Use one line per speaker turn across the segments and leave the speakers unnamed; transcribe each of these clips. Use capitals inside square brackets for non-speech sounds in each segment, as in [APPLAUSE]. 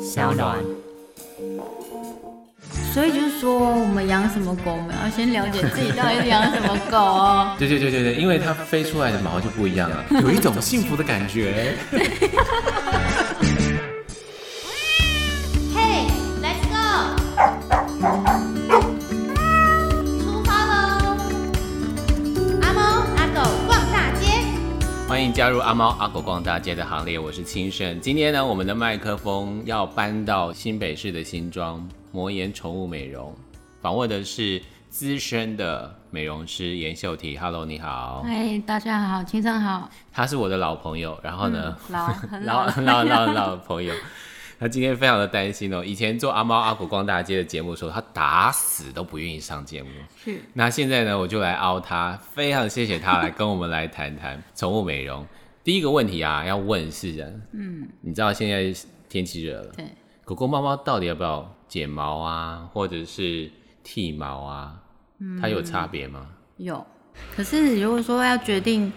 小暖。
所以就是说，我们养什么狗，我们要先了解自己到底是养什么狗哦。
对对对对对，因为它飞出来的毛就不一样了， [LAUGHS] 有一种幸福的感觉。
Hey, let's go！出发喽！阿猫阿狗逛大街。
[LAUGHS] 欢迎加入阿猫阿狗逛大街的行列，我是清盛。今天呢，我们的麦克风要搬到新北市的新庄魔岩宠物美容，访问的是资深的美容师严秀缇。Hello，你好，
嗨，大家好，清晨好。
他是我的老朋友，然后呢，
嗯老很
老
老
老老老朋友。他今天非常的担心哦，以前做阿猫阿狗逛大街的节目的时候，他打死都不愿意上节目。
是，
那现在呢，我就来凹他，非常谢谢他来跟我们来谈谈宠物美容。第一个问题啊，要问是啊，嗯，你知道现在天气热了，
对，
狗狗、猫猫到底要不要剪毛啊，或者是剃毛啊？
嗯
它有差别吗？
有。可是如果说要决定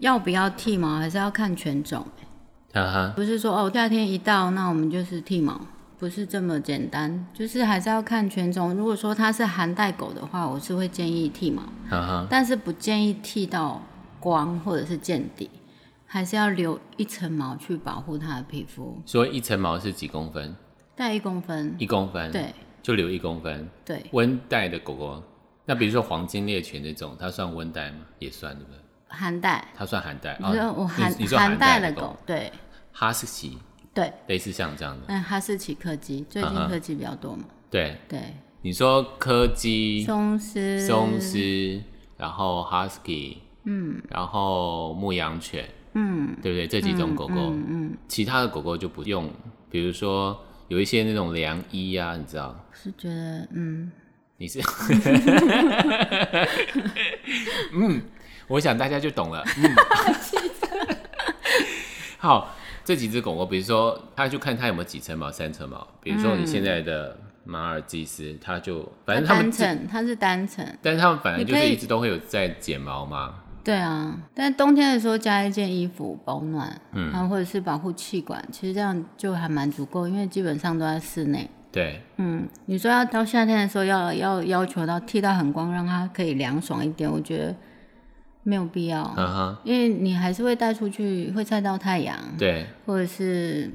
要不要剃毛，还是要看犬种，
哈哈，
不是说哦夏天一到，那我们就是剃毛，不是这么简单，就是还是要看犬种。如果说它是寒带狗的话，我是会建议剃毛。
哈哈，
但是不建议剃到光或者是见底，还是要留一层毛去保护它的皮肤，
所以一层毛是几公分？
带一公分。
一公分，，
对
就留一公分。
对，
温带的狗狗，那比如说黄金猎犬这种，它算温带吗？也算对不对？
寒带，
它算寒带哦
你说我寒
啊你你说
寒带
带
的
狗
狗，，对
哈士奇
对，
类似像这样的。
嗯，哈士奇、柯基，最近
嗯哼
柯基比较多嘛，
对，
对，
你说柯基、
松狮，
嗯松，狮，然后 husky，嗯，然后牧羊犬，
嗯，
对不对？这几种狗狗，
嗯嗯，
其他的狗狗就不用，比如说有一些那种凉衣啊，你知道。
是觉得嗯，
你是， [LAUGHS] 嗯，嗯我想大家就懂了。
[LAUGHS]
嗯，好，这几只狗狗，比如说，它就看它有没有几层毛，三层毛。比如说
嗯
你现在的马尔济斯，它就反正它们
单
自，
层，它是单层，
但是它们反正就
你
是
可以
一直都会有在剪毛嘛。
对啊，但冬天的时候加一件衣服保暖，嗯，然后或者是保护气管，其实这样就还蛮足够，因为基本上都在室内。
对，
嗯，你说要到夏天的时候要要要求到剃到很光，让它可以凉爽一点，我觉得没有必要，
嗯哼，
因为你还是会带出去，会晒到太阳，
对，
或者是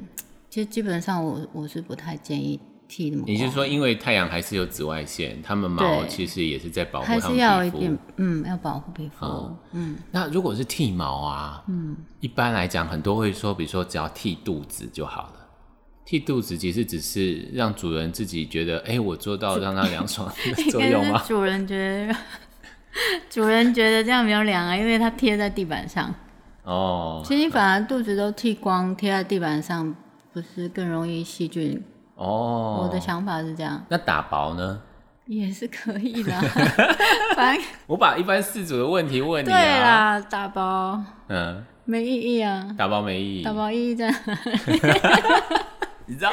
其实基本上我我是不太建议剃那么光，
你是说因为太阳还是有紫外线，它们毛
对
其实也是在保护
还
它
是要有
们
一
皮肤
点。嗯要保护皮肤，
哦
嗯
那如果是剃毛啊，嗯，一般来讲，很多会说，比如说只要剃肚子就好了。剃肚子其实只是让主人自己觉得，哎、我做
[LAUGHS]
到让它凉爽的
应
作
该
用
是 [LAUGHS]
吗？
主人觉得，主人觉得这样比较凉啊，因为它贴在地板上。
哦
其实你反而肚子都剃光，贴在地板上，不是更容易细菌？
哦，
我的想法是这样，
那打薄呢？
也是可以
[LAUGHS]
的啊。反正
我把一般饲主的问题问你
对
啊，
啦，打包
嗯，
没意义啊，
打薄没意义
打。包意义在哪？[LAUGHS]
你知道，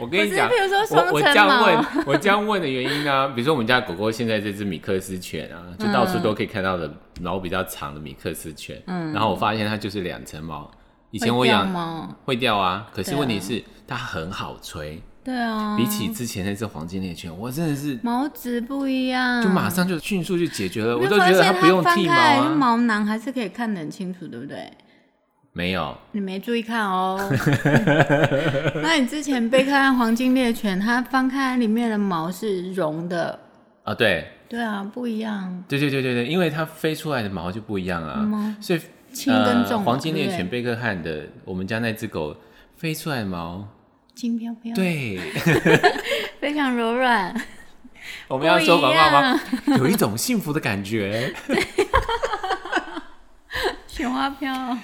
我跟你
不是
讲，
比如说双
我我
层
这样
毛
问，我这样问的原因呢、 [LAUGHS] 比如说我们家狗狗现在这只米克斯犬啊，
嗯
就到处都可以看到的毛比较长的米克斯犬，嗯，然后我发现它就是两层毛，以
以
前我养
吗？
会掉啊，可是
对啊
问题是、它很好吹，
对啊，
比起之前那只黄金猎犬，我真的是
毛质不一样，
就马上就迅速就解决了，
你
我
会
都觉
发
得
现
不用
翻
剃毛
开来
啊，
毛囊还是可以看得很清楚，对不对？
没有，
你没注意看哦。 [LAUGHS] 那你之前被看黄金猎犬，它翻开里面的毛是绒的，
啊，对，
对啊，不一样。
对对对对对，因为它飞出来的毛就不一样啊，
嗯
所以
轻跟重
呃、
嘛
黄金猎
对
犬
不
贝克汉的，我们家那只狗飞出来的毛，
轻飘飘，，
对，
非常柔软，
[LAUGHS]
不
我们要说广
一
告吗？
样。
有一种幸福的感觉，
雪花飘，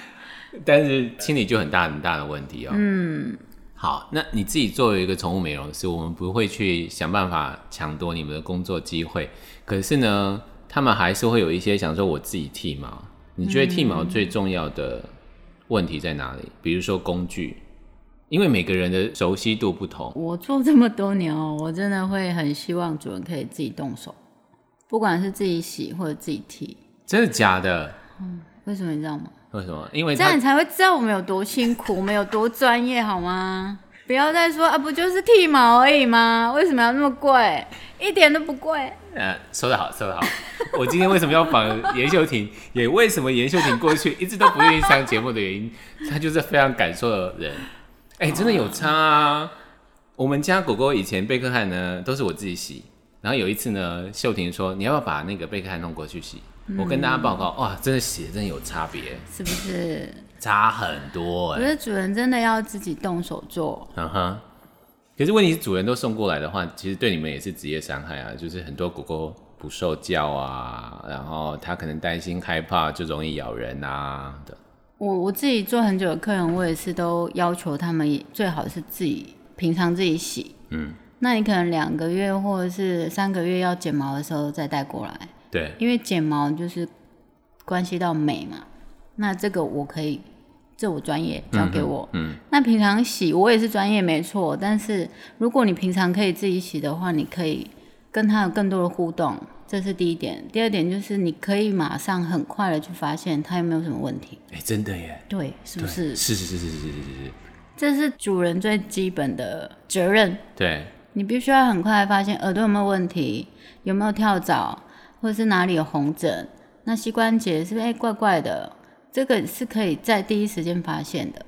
但是心里就很大很大的问题哦。嗯，好，那你自己作为一个宠物美容师，我们不会去想办法抢夺你们的工作机会，可是呢，他们还是会有一些想说我自己剃毛。你觉得剃毛最重要的问题在哪里？比如说工具，因为每个人的熟悉度不同。
我做这么多年哦，我真的会很希望主人可以自己动手，不管是自己洗或者自己剃。
真的假的？
为什么你知道吗？
为什么？因为
这样
哎他
你才会知道我们有多辛苦，我们有多专业，好吗？不要再说啊，不就是剃毛而已吗？为什么要那么贵？一点都不贵。
呃，说得好，说得好。 [LAUGHS] 我今天为什么要访严秀婷，也为什么严秀婷过去一直都不愿意上节目的原因，她就是非常感受的人。哎、真的有差啊！我们家狗狗以前贝克汉呢，都是我自己洗。然后有一次呢，秀婷说：“你要不要把那个贝克汉弄过去洗？”我跟大家报告，哇，真的洗的真的有差别，
是不是？
差很多
我
哎、
觉得主人真的要自己动手做，
嗯哼。可是问题是，主人都送过来的话，其实对你们也是职业伤害啊。就是很多狗狗不受教啊，然后它可能担心害怕，就容易咬人啊的。
我我自己做很久的客人，我也是都要求他们也最好是自己平常自己洗。
嗯，
那你可能两个月或者是三个月要剪毛的时候再带过来，
对，
因为剪毛就是关系到美嘛。那这个我可以，这我专业交给我。
嗯
那平常洗我也是专业没错，但是如果你平常可以自己洗的话，你可以跟它有更多的互动，这是第一点。第二点就是你可以马上很快的去发现它有没有什么问题，
哎、真的耶，
对，是不
对
是？
是是是是是是是是，
这是主人最基本的责任。
对，
你必须要很快地发现耳朵有没有问题，有没有跳蚤，或者是哪里有红疹，那膝关节是不是哎怪怪的？这个是可以在第一时间发现的，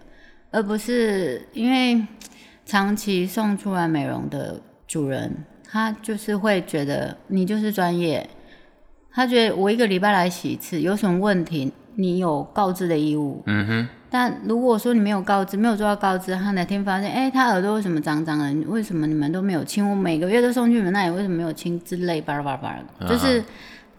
而不是因为长期送出来美容的主人，他就是会觉得你就是专业，他觉得我一个礼拜来洗一次，有什么问题你有告知的义务。
嗯哼，
但如果说你没有告知，没有做到告知，他哪天发现，哎、他耳朵为什么脏脏的？为什么你们都没有清？我每个月都送去你们那里，为什么没有清？之类巴拉巴拉巴
嗯
拉，就是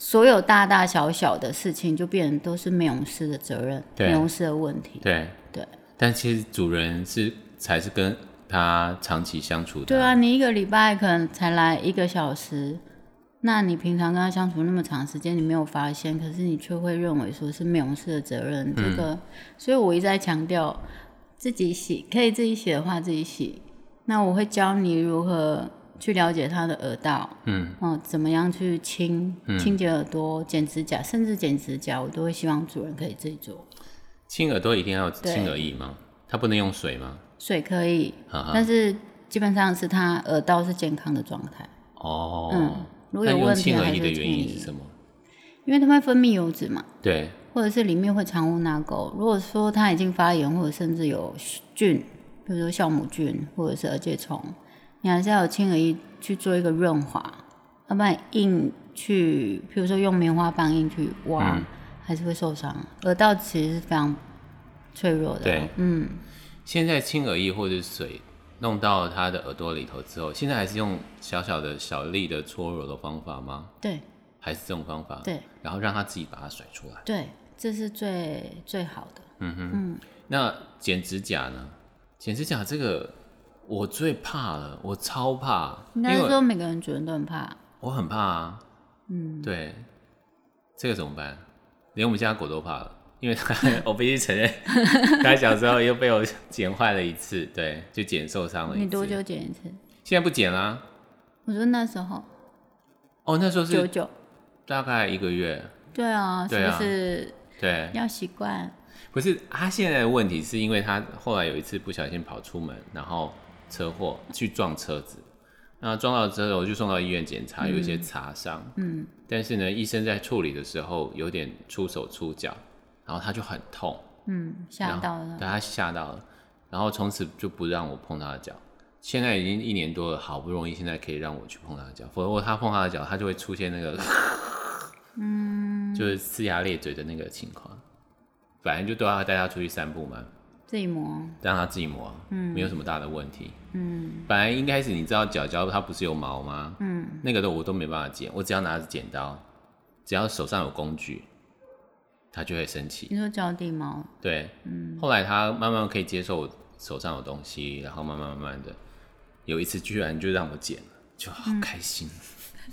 所有大大小小的事情，就变成都是美容师的责任，
对
美容师的问题。
对
对。
但其实主人是才是跟它长期相处的、
对啊，，你一个礼拜可能才来一个小时，那你平常跟他相处那么长时间，你没有发现，可是你却会认为说是美容师的责任。
嗯
这个，所以我一再强调，自己洗可以自己洗的话自己洗。那我会教你如何去了解他的耳道，
嗯，
哦，怎么样去清清洁耳朵、剪指甲，甚至剪指甲，我都会希望主人可以自己做。
清耳朵一定要有
对
清耳液吗？它不能用水吗？
水可以，
哈哈
但是基本上是他耳道是健康的状态。
哦，
嗯如果
那
有
用
问题
清耳
还
液
是
的
会
原
建
因
议
是什么？
因为它们会分泌油脂嘛，
对，
或者是里面会藏污纳垢。如果说它已经发炎，或者甚至有菌，比如说酵母菌或者是耳疥虫，你还是要有清耳液去做一个润滑，要不然硬去，比如说用棉花棒硬去挖，
嗯
还是会受伤。耳道其实是非常脆弱的。
对
嗯，
现在清耳液或者水弄到它的耳朵里头之后，现在还是用小小的小力的搓揉的方法吗？
对
还是这种方法？，
对
然后让它自己把它甩出来。嗯
对，这是最最好的。嗯
那剪指甲呢？剪指甲这个我最怕了，我超怕，
应该
因为
是
我
说每个人主人都很怕。
我很怕啊。嗯，对，这个怎么办？连我们家狗都怕了。因为它， [LAUGHS] 我必须承认，它小时候又被我剪坏了一次，对，就剪受伤了一次。
你多久剪一次？
现在不剪啦、
我说那时候
哦，那时候
九
是
九。
大概一个月，
对啊，
对
是
啊
不是
对，
要习惯？
不是他现在的问题，是因为他后来有一次不小心跑出门，然后车祸去撞车子，那撞到之后我就送到医院检查，有一些擦伤，
嗯，
但是呢，医生在处理的时候有点出手出脚，然后他就很痛，
嗯，吓到
然后
了
对。他吓到了，然后从此就不让我碰他的脚。现在已经一年多了，好不容易现在可以让我去碰他的脚，否则他碰他的脚，他就会出现那
[LAUGHS]
个，嗯，就是呲牙咧嘴的那个情况。反正就都要带他出去散步嘛，
自己磨，
让他自己磨，嗯，没有什么大的问题，嗯。本来一开始你知道脚脚它不是有毛吗？
嗯，
那个的我都没办法剪，我只要拿着剪刀，只要手上有工具，他就会生气。
你说脚底毛，
对，后来他慢慢可以接受我手上有东西，然后慢慢慢慢的，有一次居然就让我剪了，就好开心。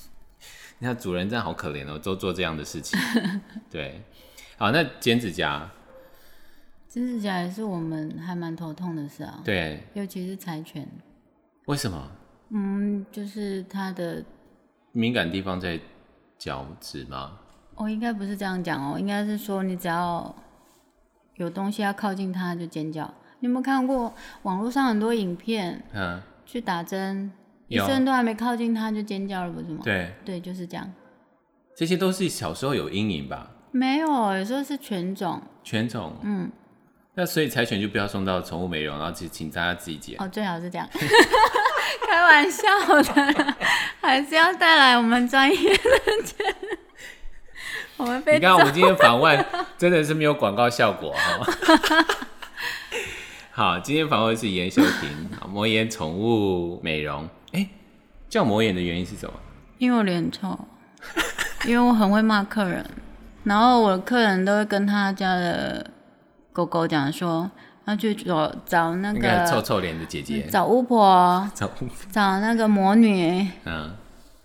[LAUGHS] 你看主人真的好可怜哦，都做这样的事情。对，好，那剪指甲，
指指甲也是我们还蛮头痛的事啊，
对，
尤其是柴犬，
为什么
嗯，就是它的，
敏感地方在脚趾吗？
哦，应该不是这样讲哦，应该是说你只要有东西要靠近它就尖叫，你有没有看过网络上很多影片
嗯，
去打针，医
有
生都还没靠近他就尖叫了，不是吗？
对，
对，就是这样。
这些都是小时候有阴影吧？
没有，有时候是犬种，
犬种，
嗯，
那所以柴犬就不要送到宠物美容，然后请请大家自己剪。
哦，最好是这 [LAUGHS] 样，开玩笑的 [LAUGHS] 啦，还是要带来我们专业的人。我们被
你看我们今天访问真的是没有广告效果哈。 [LAUGHS] 好，今天访问的是严秀婷，好魔岩宠物美容。哎、叫魔岩的原因是什么？
因为我脸臭，因为我很会骂客人，然后我的客人都会跟他家的狗狗讲说，要去找找那
应该
个嗯
是臭臭脸的姐姐。 [LAUGHS]
找巫婆，
宠物
找那个魔女，
嗯，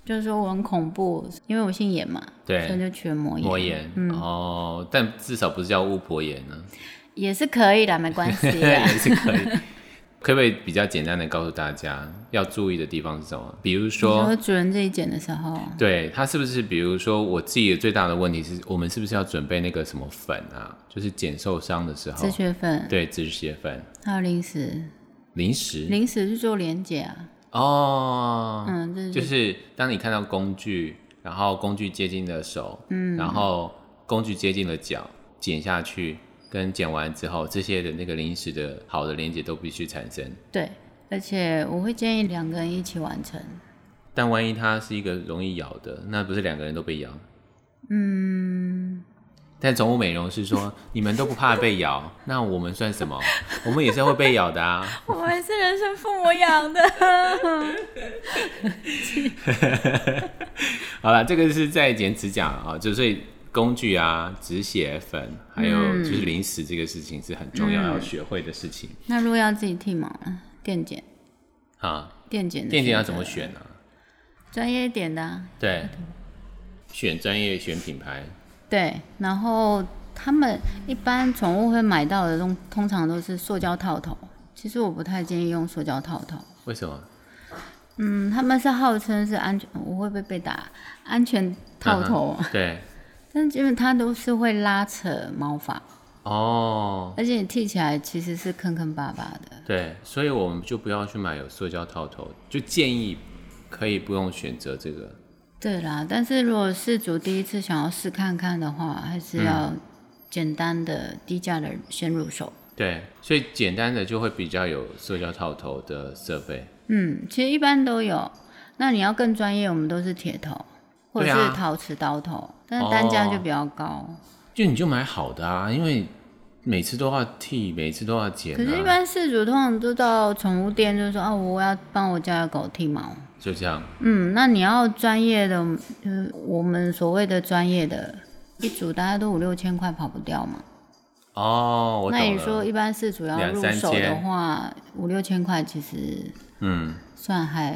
就是说我很恐怖，因为我姓严嘛，所以
对，
就取了魔
魔
岩，
岩、哦，但至少不是叫巫婆岩呢、
也是可以的，没关系啊
[LAUGHS] 也
啦。
是可以。可不可以比较简单的告诉大家要注意的地方是什么？比如
你
说，
说主人自己剪的时候，
对它是不是，比如说我自己的最大的问题是我们是不是要准备那个什么粉啊？就是减受伤的时候
自，血粉
对，嗯止血粉、
还有零食，
零食
零食是做连接啊，
哦，
嗯，这
就是是当你看到工具，然后工具接近了手，嗯，然后工具接近了脚，剪下去跟剪完之后，这些的那个零食的好的连接都必须产生。
对，而且我会建议两个人一起完成。
但万一它是一个容易咬的，那不是两个人都被咬？
嗯，
但宠物美容是说，你们都不怕被咬，那我们
[LAUGHS]
算什么？我们也是会被咬的啊。
我们是人生父母养的，
好了，这个是在剪指甲啊，就所以工具啊、止血粉，还有
嗯
就是零食这个事情是很重要要学会的事情、
[LAUGHS] 那如果要自己剃毛呢？电剪，嗯
啊。
电剪，
店剪要怎么？选呢、
嗯
啊？
专业一点的啊、
对，选专业，选品牌。
对，然后他们一般宠物会买到的东，通常都是塑胶套头。其实我不太建议用塑胶套头。
为什么？
嗯，他们是号称是安全，我会不会被打？安全套头， [LAUGHS] 啊
嗯哼对，
但是因为它都是会拉扯毛发，
哦，
而且你剃起来其实是坑坑巴巴的。
对，所以我们就不要去买有塑胶套头，就建议可以不用选择这个。
对啦，但是如果事主第一次想要试看看的话，还
嗯
是要简单的、低价的先入手。
对，所以简单的就会比较有塑胶套头的设备。
嗯，其实一般都有。那你要更专业，我们都是铁头或者
对
是
啊哦
陶瓷刀头，但是单价就比较高。
就你就买好的啊，因为每次都要剃，每次都要剪、啊，
可是，一般事主通常都到宠物店，就说啊，我要帮我家的狗剃毛。
就这样。
嗯，那你要专业的，就是我们所谓的专业的，一组大概都五六千块跑不掉嘛。
哦，我懂
那
了。
你说一般事主要
两
入
三
手的
千
话，五六千块其实
嗯，
算还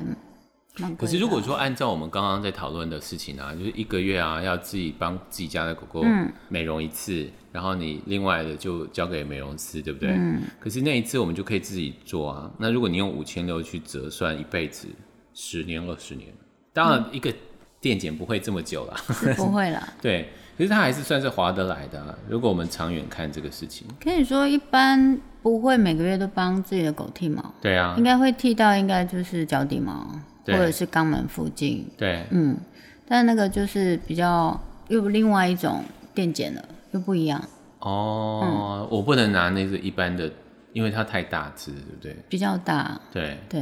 蛮贵的。
可是如果说按照我们刚刚在讨论的事情啊，就是一个月啊，要自己帮自己家的狗狗
嗯
美容一次，然后你另外的就交给美容师，对不对？
嗯
可是那一次我们就可以自己做啊。那如果你用五千六去折算一辈子，十年二十年，当然一个店检不会这么久啦。 [LAUGHS]
是不会啦，
对，可是它还是算是划得来的、啊。如果我们长远看这个事情，
可以说一般不会每个月都帮自己的狗剃毛，
对啊
应，该会剃到应该就是脚底毛或
对
者是肛门附近，
对，
嗯，但那个就是比较又另外一种电剪了，又不一样，嗯
哦，我不能拿那个一般的，因为它太大只，对不对？
比较大，
对，
对。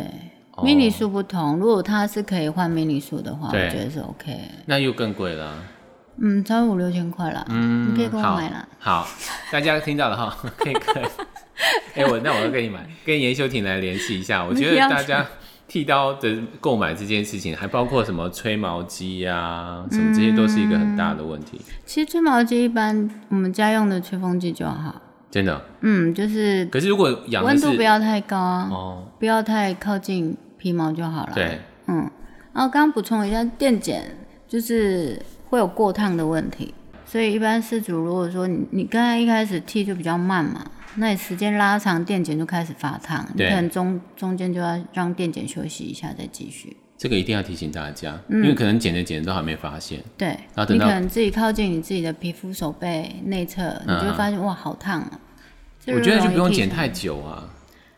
哦
迷你梳不同，如果它是可以换迷你梳的话，我
对
觉得是 OK。
那又更贵了啊。
嗯，差不多五六千块啦，
嗯，
你可以给我
好
买啦。。
好，大家听到了哈， [LAUGHS] 可以可以。
[LAUGHS]
哎、我那我要跟你买，跟严修婷来联系一下。
[LAUGHS]
我觉
不
得
要
大家剃刀的购买这件事情，还包括什么吹毛机呀、啊，什么这些都是一个很大的问题。
其实吹毛机一般我们家用的吹风机就好，
真的。
嗯，就是
可是如果养的
温
是
度不要太高啊，
哦，
不要太靠近皮毛就好了。，
对，
嗯。然后刚刚补充一下，电剪就是会有过烫的问题，所以一般事主如果说你你刚才一开始剃就比较慢嘛，那你时间拉长，电剪就开始发烫，你
对
可能中中间就要让电剪休息一下再继续。
这个一定要提醒大家，
嗯
因为可能剪着剪着都还没发现。
对
然啊后，等
你可
到
能自己靠近你自己的皮肤、手背内侧，你就会发现、哇，好烫哦、这
嗯我觉得
容
就
易
不用
剃
剪
成
太久啊，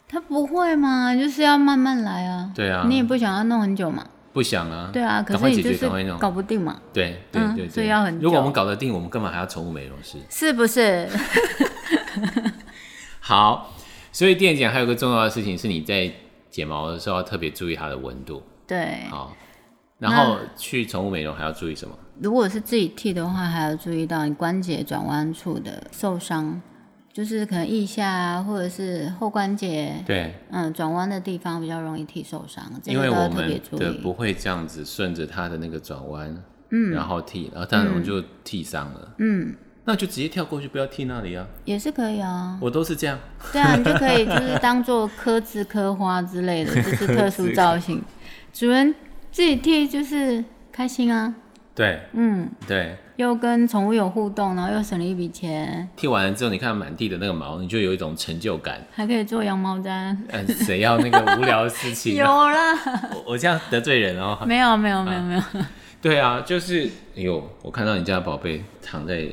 他不会嘛，就是要慢慢来啊。
对啊
你也不想要弄很久嘛。
不想啊，
对啊，可
赶
是
快
你
解
就
决，
是
赶快弄，
搞不定嘛，
对对
嗯
对对，
所以要很
如果我们
久
搞得定，我们干嘛还要宠物美容师？
是不是？
好，所以电剪还有个重要的事情是你在剪毛的时候要特别注意它的温度，
对，
好，然后去宠物美容还要注意什么？
如果是自己剃的话，还要注意到你关节转弯处的受伤，就是可能腋下啊，或者是后关节，
对，
嗯，转弯的地方比较容易剃受伤，这
因
个
为
都要
我
特别
们
注
的
意。
不会这样子顺着它的那个转弯，嗯，然后剃，然后当然我们就剃伤了，
嗯，
那就直接跳过去，不要剃那里啊，
也是可以啊，
我都是这样，
对啊，你就可以就是当做刻字、刻花之类
[LAUGHS]
的，就是特殊造型。主人自己剃就是开心啊，
对
嗯，
对，
又跟宠物有互动，然后又省了一笔钱，
剃完了之后，你看满地的那个毛，你就有一种成就感。
[LAUGHS] 还可以做羊毛毡。
嗯，谁要那个无聊的事情、
有
啊？
啦， [LAUGHS]
我我这样得罪人哦。
没有没有没有没有，
对啊，就是，哎呦，我看到你家的宝贝躺在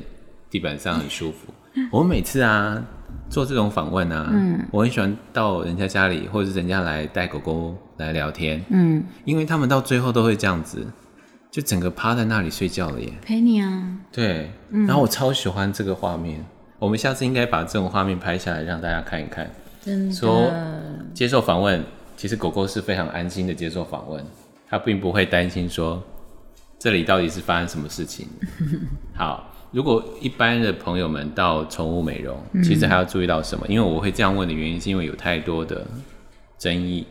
地板上很舒服。 [LAUGHS] 我每次啊做这种访问啊，嗯，我很喜欢到人家家里，或者是人家来带狗狗来聊天，
嗯，
因为他们到最后都会这样子，就整个趴在那里睡觉了耶。
陪你啊，
对，然后我超喜欢这个画面，我们下次应该把这种画面拍下来让大家看一看。
真
说
的。
接受访问，其实狗狗是非常安心的接受访问，它并不会担心说这里到底是发生什么事情。 [LAUGHS] 好，如果一般的朋友们到宠物美容，
嗯
其实还要注意到什么？因为我会这样问的原因，是因为有太多的争议。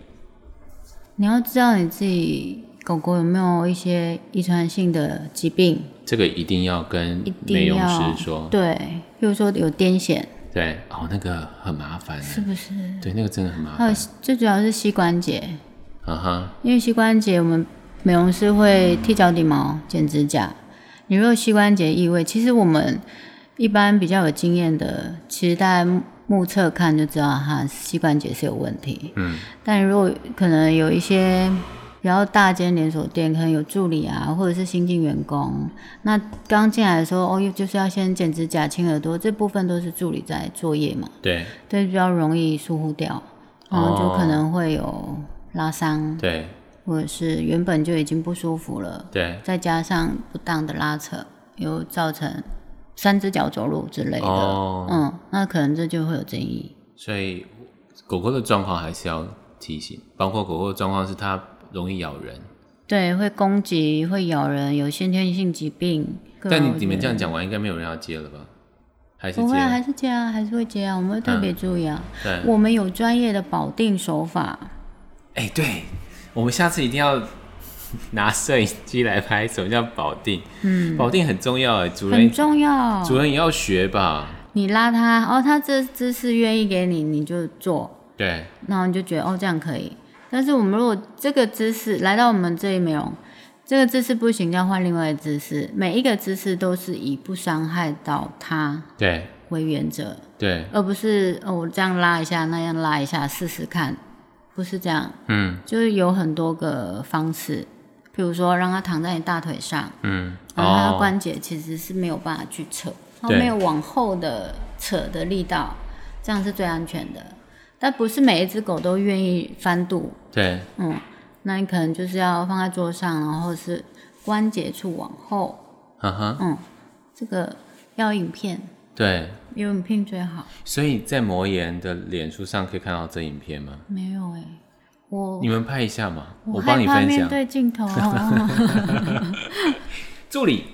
你要知道你自己狗狗有没有一些遗传性的疾病，
这个一定要跟
一
美
定
容
要
师说，
对，比如说有癫痫，
对哦，那个很麻烦啊，
是不是？
对，那个真的很麻
还有
烦，
最主要是膝关节，
啊哈，
因为膝关节我们美容师会剃脚底毛、剪指甲。你若膝关节异位，其实我们一般比较有经验的，其实大概目测看就知道它膝关节是有问题。
嗯，
但如果可能有一些比较大间连锁店，可能有助理啊，或者是新进员工，那刚进来的时候，哦，又就是要先剪指甲、清耳朵，这部分都是助理在作业嘛，
对
对，比较容易疏忽掉，然后就可能会有拉伤，
对
或者是原本就已经不舒服了，
对，
再加上不当的拉扯，又造成三只脚走路之类的，
哦
嗯，那可能这就会有争议。
所以狗狗的状况还是要提醒，包括狗狗的状况是它容易咬人。
对，会攻击，会咬人，有先天性疾病。各
但你
种
你们
的
这样讲完，应该没有人要接了吧？还是
不
接嗯
会啊，还
了？
是接啊，还是会接啊，我们会特别注意啊。
对，
我们有专业的保定手法，
哎、对，我们下次一定要 [LAUGHS] 拿摄影机来拍。什么叫保定？嗯，保定很重要哎，主
很
人
重要。
主人也要学吧？
你拉他，哦，他这姿势愿意给你，你就做，
对，
然后你就觉得哦，这样可以。但是我们如果这个姿势来到我们这里美容，这个姿势不行，要换另外的姿势。每一个姿势都是以不伤害到他
对，
为原则。
对，
而不是哦，我这样拉一下，那样拉一下试试看，不是这样，
嗯
就是有很多个方式，比如说让它躺在你大腿上，
嗯，
然后它的
哦，
关节其实是没有办法去扯，它
对
没有往后的扯的力道，这样是最安全的。但不是每一只狗都愿意翻肚，
对，
嗯，那你可能就是要放在桌上，然后是关节处往后，
嗯哼，
嗯，这个要影片，
对。
有影片最好。
所以在魔岩的脸书上可以看到这影片吗？
没有哎、我
你们拍一下嘛，我
我
帮
害
你
怕
分
面
享。
对镜
[LAUGHS]
头哦，
助理，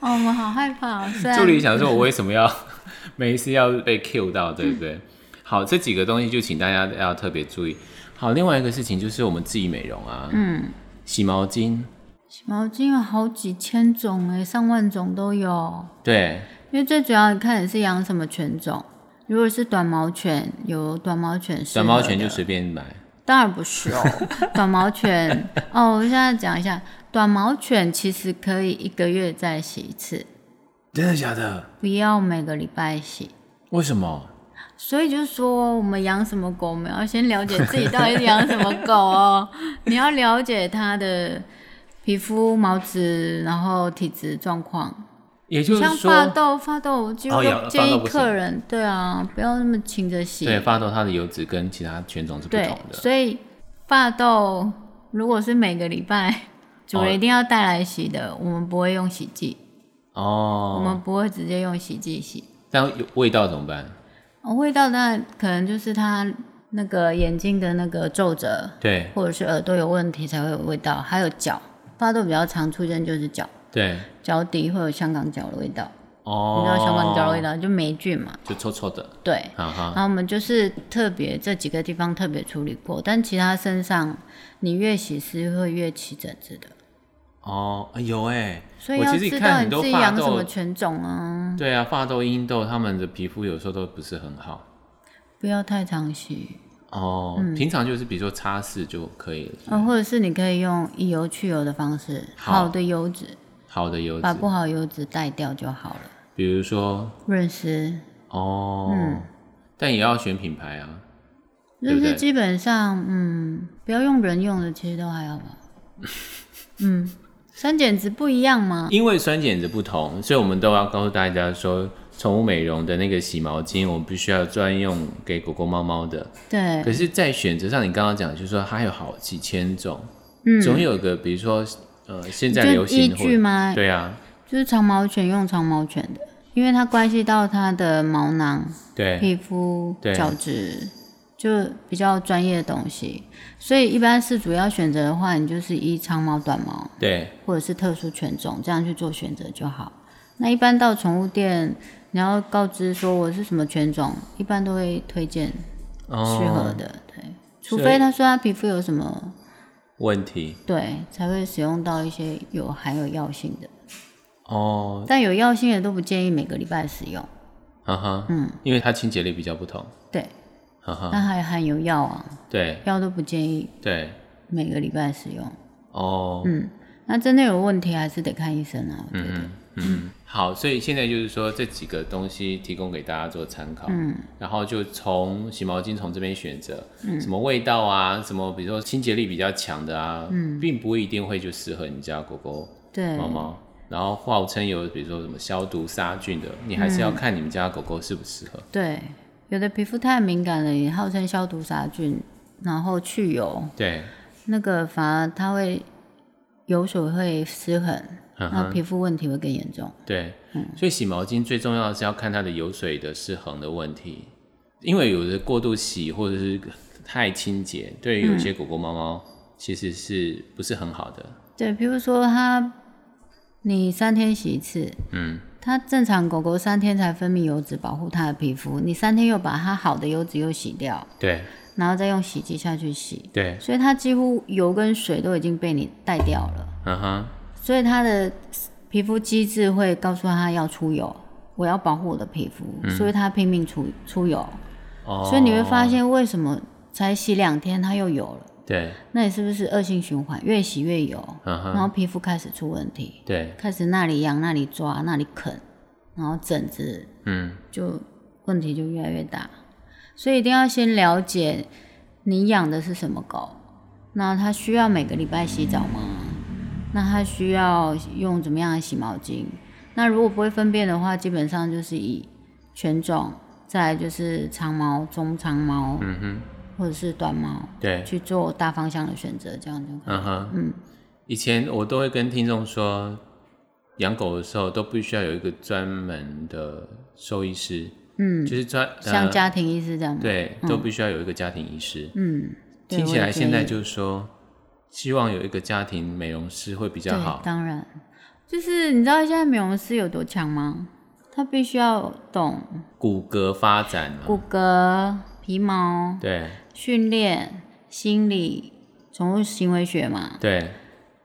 哦我们好害怕、哦。虽然
助理想说，我为什么要 [LAUGHS] 每一次要被 Q 到，对不对？好，这几个东西就请大家要特别注意。好，另外一个事情就是我们自己美容啊，嗯，洗毛巾，
毛巾有好几千种哎，上万种都有。
对
因为最主要你看你是养什么犬种，如果是短毛犬，有短毛犬适合
短
的，
毛犬就随便买，
当然不是
[LAUGHS]
哦，短毛犬哦，我现在讲一下，短毛犬其实可以一个月再洗一次，
真的假的？
不要每个礼拜洗。
为什么？
所以就是说，我们养什么狗，我们要先了解自己到底是养什么狗
[LAUGHS]
哦。你要了解它的皮肤、毛质，然后体质状况，
也就是
像
说，
发痘，发痘，我几乎
哦呀
都建
发痘
议
不行
客人，对啊，不要那么勤着洗。
对发痘它的油脂跟其他犬种是不
对
同，的。
所以发痘如果是每个礼拜
哦
主人一定要带来洗的，我们不会用洗剂，我
哦，
们不会直接用洗剂洗。
但有味道怎么办？
哦味道当然可能就是它那个眼睛的那个皱褶，
对
或者是耳朵有问题才会有味道，还有脚，发痘比较常出现就是脚，
对，
脚底会有香港脚的味道，
哦，
你知道香港脚的味道就霉菌嘛，
就臭臭的，
对。
哈哈。
然后我们就是特别这几个地方特别处理过，但其他身上你越洗是会越起疹子的，
哦，哎有哎、
所以
我
要
其实
知
看
道
很
你
多
自己
发
养什么
豆，
犬种啊，
对啊，发豆、鹰豆，它们的皮肤有时候都不是很好。
不要太常洗，
哦，平常就是比如说擦拭就可以了，
嗯、或者是你可以用以油去油的方式，
好
好的油脂
好的油脂
把，不好油脂带掉就好了，
比如说
润湿。
哦，
嗯
但也要选品牌啊。对
就
不对
是基本上，嗯，不要用人用的，其实都还好吧。
[LAUGHS]
嗯，酸碱值不一样嘛。
因为酸碱值不同，所以我们都要告诉大家说，宠物美容的那个洗毛巾，我们必须要专用给狗狗、猫猫的。
对
可，是，在选择上，你刚刚讲就是说，它有好几千种，
嗯，
总有个，比如说，呃，现在
就
流
依
行或
据吗？
对啊，
就是长毛犬用长毛犬的，因为它关系到它的毛囊、
对，
皮肤
对、
角质，就比较专业的东西。所以一般饲主要选择的话，你就是依长毛、短毛
对，
或者是特殊犬种这样去做选择就好。那一般到宠物店，你要告知说我是什么犬种，一般都会推荐适合
哦，
的，对，除
所以
非他说他皮肤有什么，
问题
对，才会使用到一些有含有药性的。
哦，
但有药性的都不建议每个礼拜使用，
哈哈，嗯，因为它清洁力比较不同，
对，
哈哈，
但还含有药啊，
对
药都不建议
对，
每个礼拜使用。
哦，
那真的有问题还是得看医生啊，我觉得。
嗯嗯，好，所以现在就是说这几个东西提供给大家做参考，嗯，然后就从洗毛巾从这边选择，嗯，什么味道啊，什么比如说清洁力比较强的啊，嗯，并不一定会就适合你家狗狗、
对，
猫猫，然后号称有比如说什么消毒杀菌的，你还是要看你们家狗狗适不适合，
对，有的皮肤太敏感了，也号称消毒杀菌，然后去油，
对，
那个反而它会油水会失衡，
嗯
那
哼，
皮肤问题会更严重。
对，
嗯
所以洗毛巾最重要的是要看它的油水的失衡的问题，因为有的过度洗或者是太清洁，对于
嗯
有些狗狗、猫猫其实是不是很好的。
对，比如说它，你三天洗一次，
嗯，
它正常狗狗三天才分泌油脂保护它的皮肤，你三天又把它好的油脂又洗掉，
对
然后再用洗剂下去洗，
对，
所以它几乎油跟水都已经被你带掉了，
嗯哼，
所以它的皮肤机制会告诉它要出油，我要保护我的皮肤，所以它拼命出出油，
嗯哦，
所以你会发现为什么才洗两天它又油了，
对，
那你是不是恶性循环，越洗越油，
嗯
然
哼，
后皮肤开始出问题？
对，
开始那里痒那里抓那里啃，然后疹子
嗯，
就问题就越来越大，所以一定要先了解你养的是什么狗，那它需要每个礼拜洗澡吗？那它需要用怎么样的洗毛巾？那如果不会分辨的话，基本上就是以犬种，再来就是长毛、中长毛，嗯哼，或者是短毛
对，
去做大方向的选择，这样就可以。
嗯哼，嗯，以前我都会跟听众说，养狗的时候都必须要有一个专门的兽医师，
嗯，
就是专
像
呃
家嗯庭医师这样吗？，
对，都必须要有一个家庭医师。
嗯，对
听
我
起
也
来现
建
在
议
就是说，希望有一个家庭美容师会比较
对，
好。
当然，就是你知道现在美容师有多强吗？他必须要懂
骨骼发展嘛，
骨骼、皮毛、
对
训练、心理、宠物行为学嘛，
对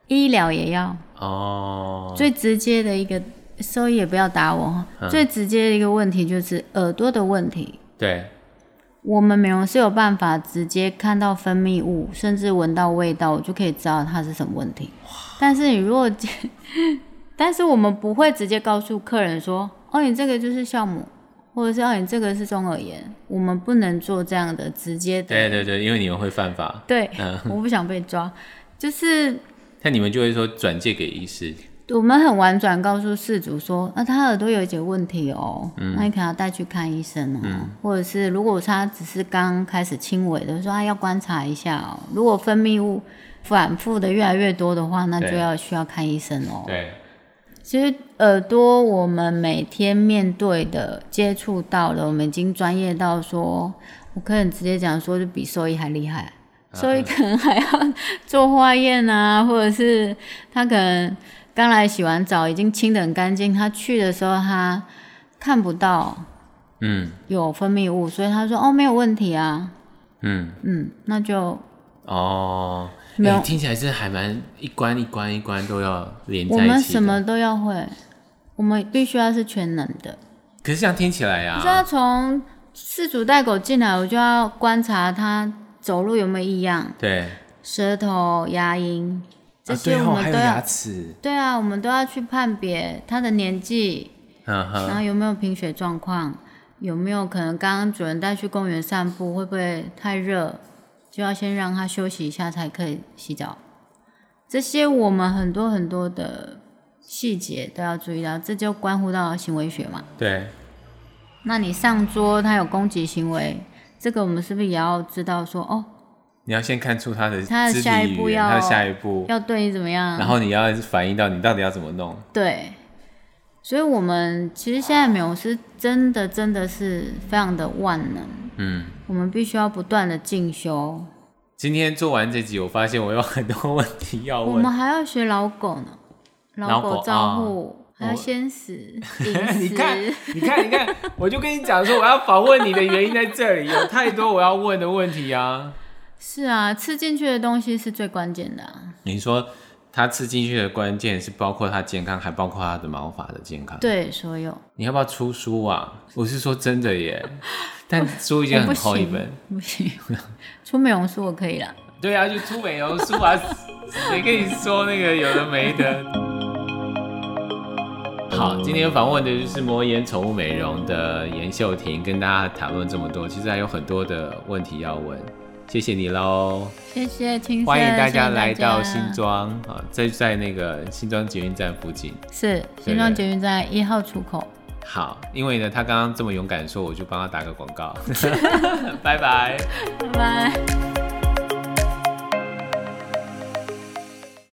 医疗也要。
哦，嗯
最直接的一个，收益也不要打我哈。最直接的一个问题就是耳朵的问题。
对
我们美容师有办法直接看到分泌物，甚至闻到味道，我就可以知道它是什么问题。但是你如果， [LAUGHS] 但是我们不会直接告诉客人说，哦，你这个就是酵母，或者是哦，你这个是中耳炎，我们不能做这样的直接的。
对对对，因为你们会犯法，
对我不想被抓，就是
那你们就会说转借给医师。
我们很婉转告诉事主说，那、他耳朵有一些问题哦，那你可能要带去看医生哦，或者是如果他只是刚开始轻微的，说啊要观察一下哦，如果分泌物反复的越来越多的话，那
对
就要需要看医生哦。
对，
其实耳朵我们每天面对的接触到了，我们已经专业到说，我可能直接讲说，就比兽医还厉
啊
害。兽医可能还要做化验啊，或者是他可能刚来洗完澡已经清得很干净，他去的时候他看不到
嗯
有分泌物，所以他说哦没有问题啊，
嗯，
嗯，那就
哦，
没有
哎听起来是还蛮一关一关一关都要连在
我
一起的。
们什么？都要会，我们必须要是全能的。
可是这样听起来
就要
啊，
从饲主带狗进来，我就要观察它走路有没有异样，
对，
舌头、牙龈这
啊
些
对哦
我们
还
都
有
要。
牙齿，
对啊，我们都要去判别它的年纪，
嗯
然
哼，
后有没有贫血状况，有没有可能刚刚主人带去公园散步，会不会太热，就要先让它休息一下才可以洗澡。这些我们很多很多的细节都要注意到，这就关乎到行为学嘛。
对，
那你上桌他有攻击行为，这个我们是不是也要知道说哦，
你要先看出他的
他的
肢体
下一步
语言
要
他的下一步，
要对你怎么样？
然后你要反映到你到底要怎么弄。
对，所以我们其实现在美容师真的真的是非常的万能，
嗯，
我们必须要不断的进修，
今天做完这集，我发现我有很多问题要
我
问
们。还要学老狗呢，
老
老
狗
狗照护，还
我
要鲜食
[LAUGHS] 你
饮
看
食。，
你看，你看，我就跟你讲说，我要访问你的原因在这里，有太多我要问的问题啊。
是啊，吃进去的东西是最关键的、啊。
你说他吃进去的关键是包括他健康，还包括他的毛发的健康。，
对，所有
你要不要出书啊？我是说真的耶，但书已经
我哎不
[LAUGHS] 很厚一本
行。，不行， [LAUGHS] 出美容师我可以啦。
对啊，就出美容书啊，谁跟你说那个有的没的？ [LAUGHS] 好，今天访问的就是魔岩宠物美容的严秀婷，跟大家谈论这么多，其实还有很多的问题要问，谢谢你喽！
谢谢青
欢迎
色
大
谢谢
家来到
家
新庄啊，在在那个新庄捷运站附近。
是
对
新庄捷运站一号出口，
好，因为呢，他
[LAUGHS]
[LAUGHS] 刚刚这么勇敢地说，我就帮他打个广告，拜拜。
拜拜。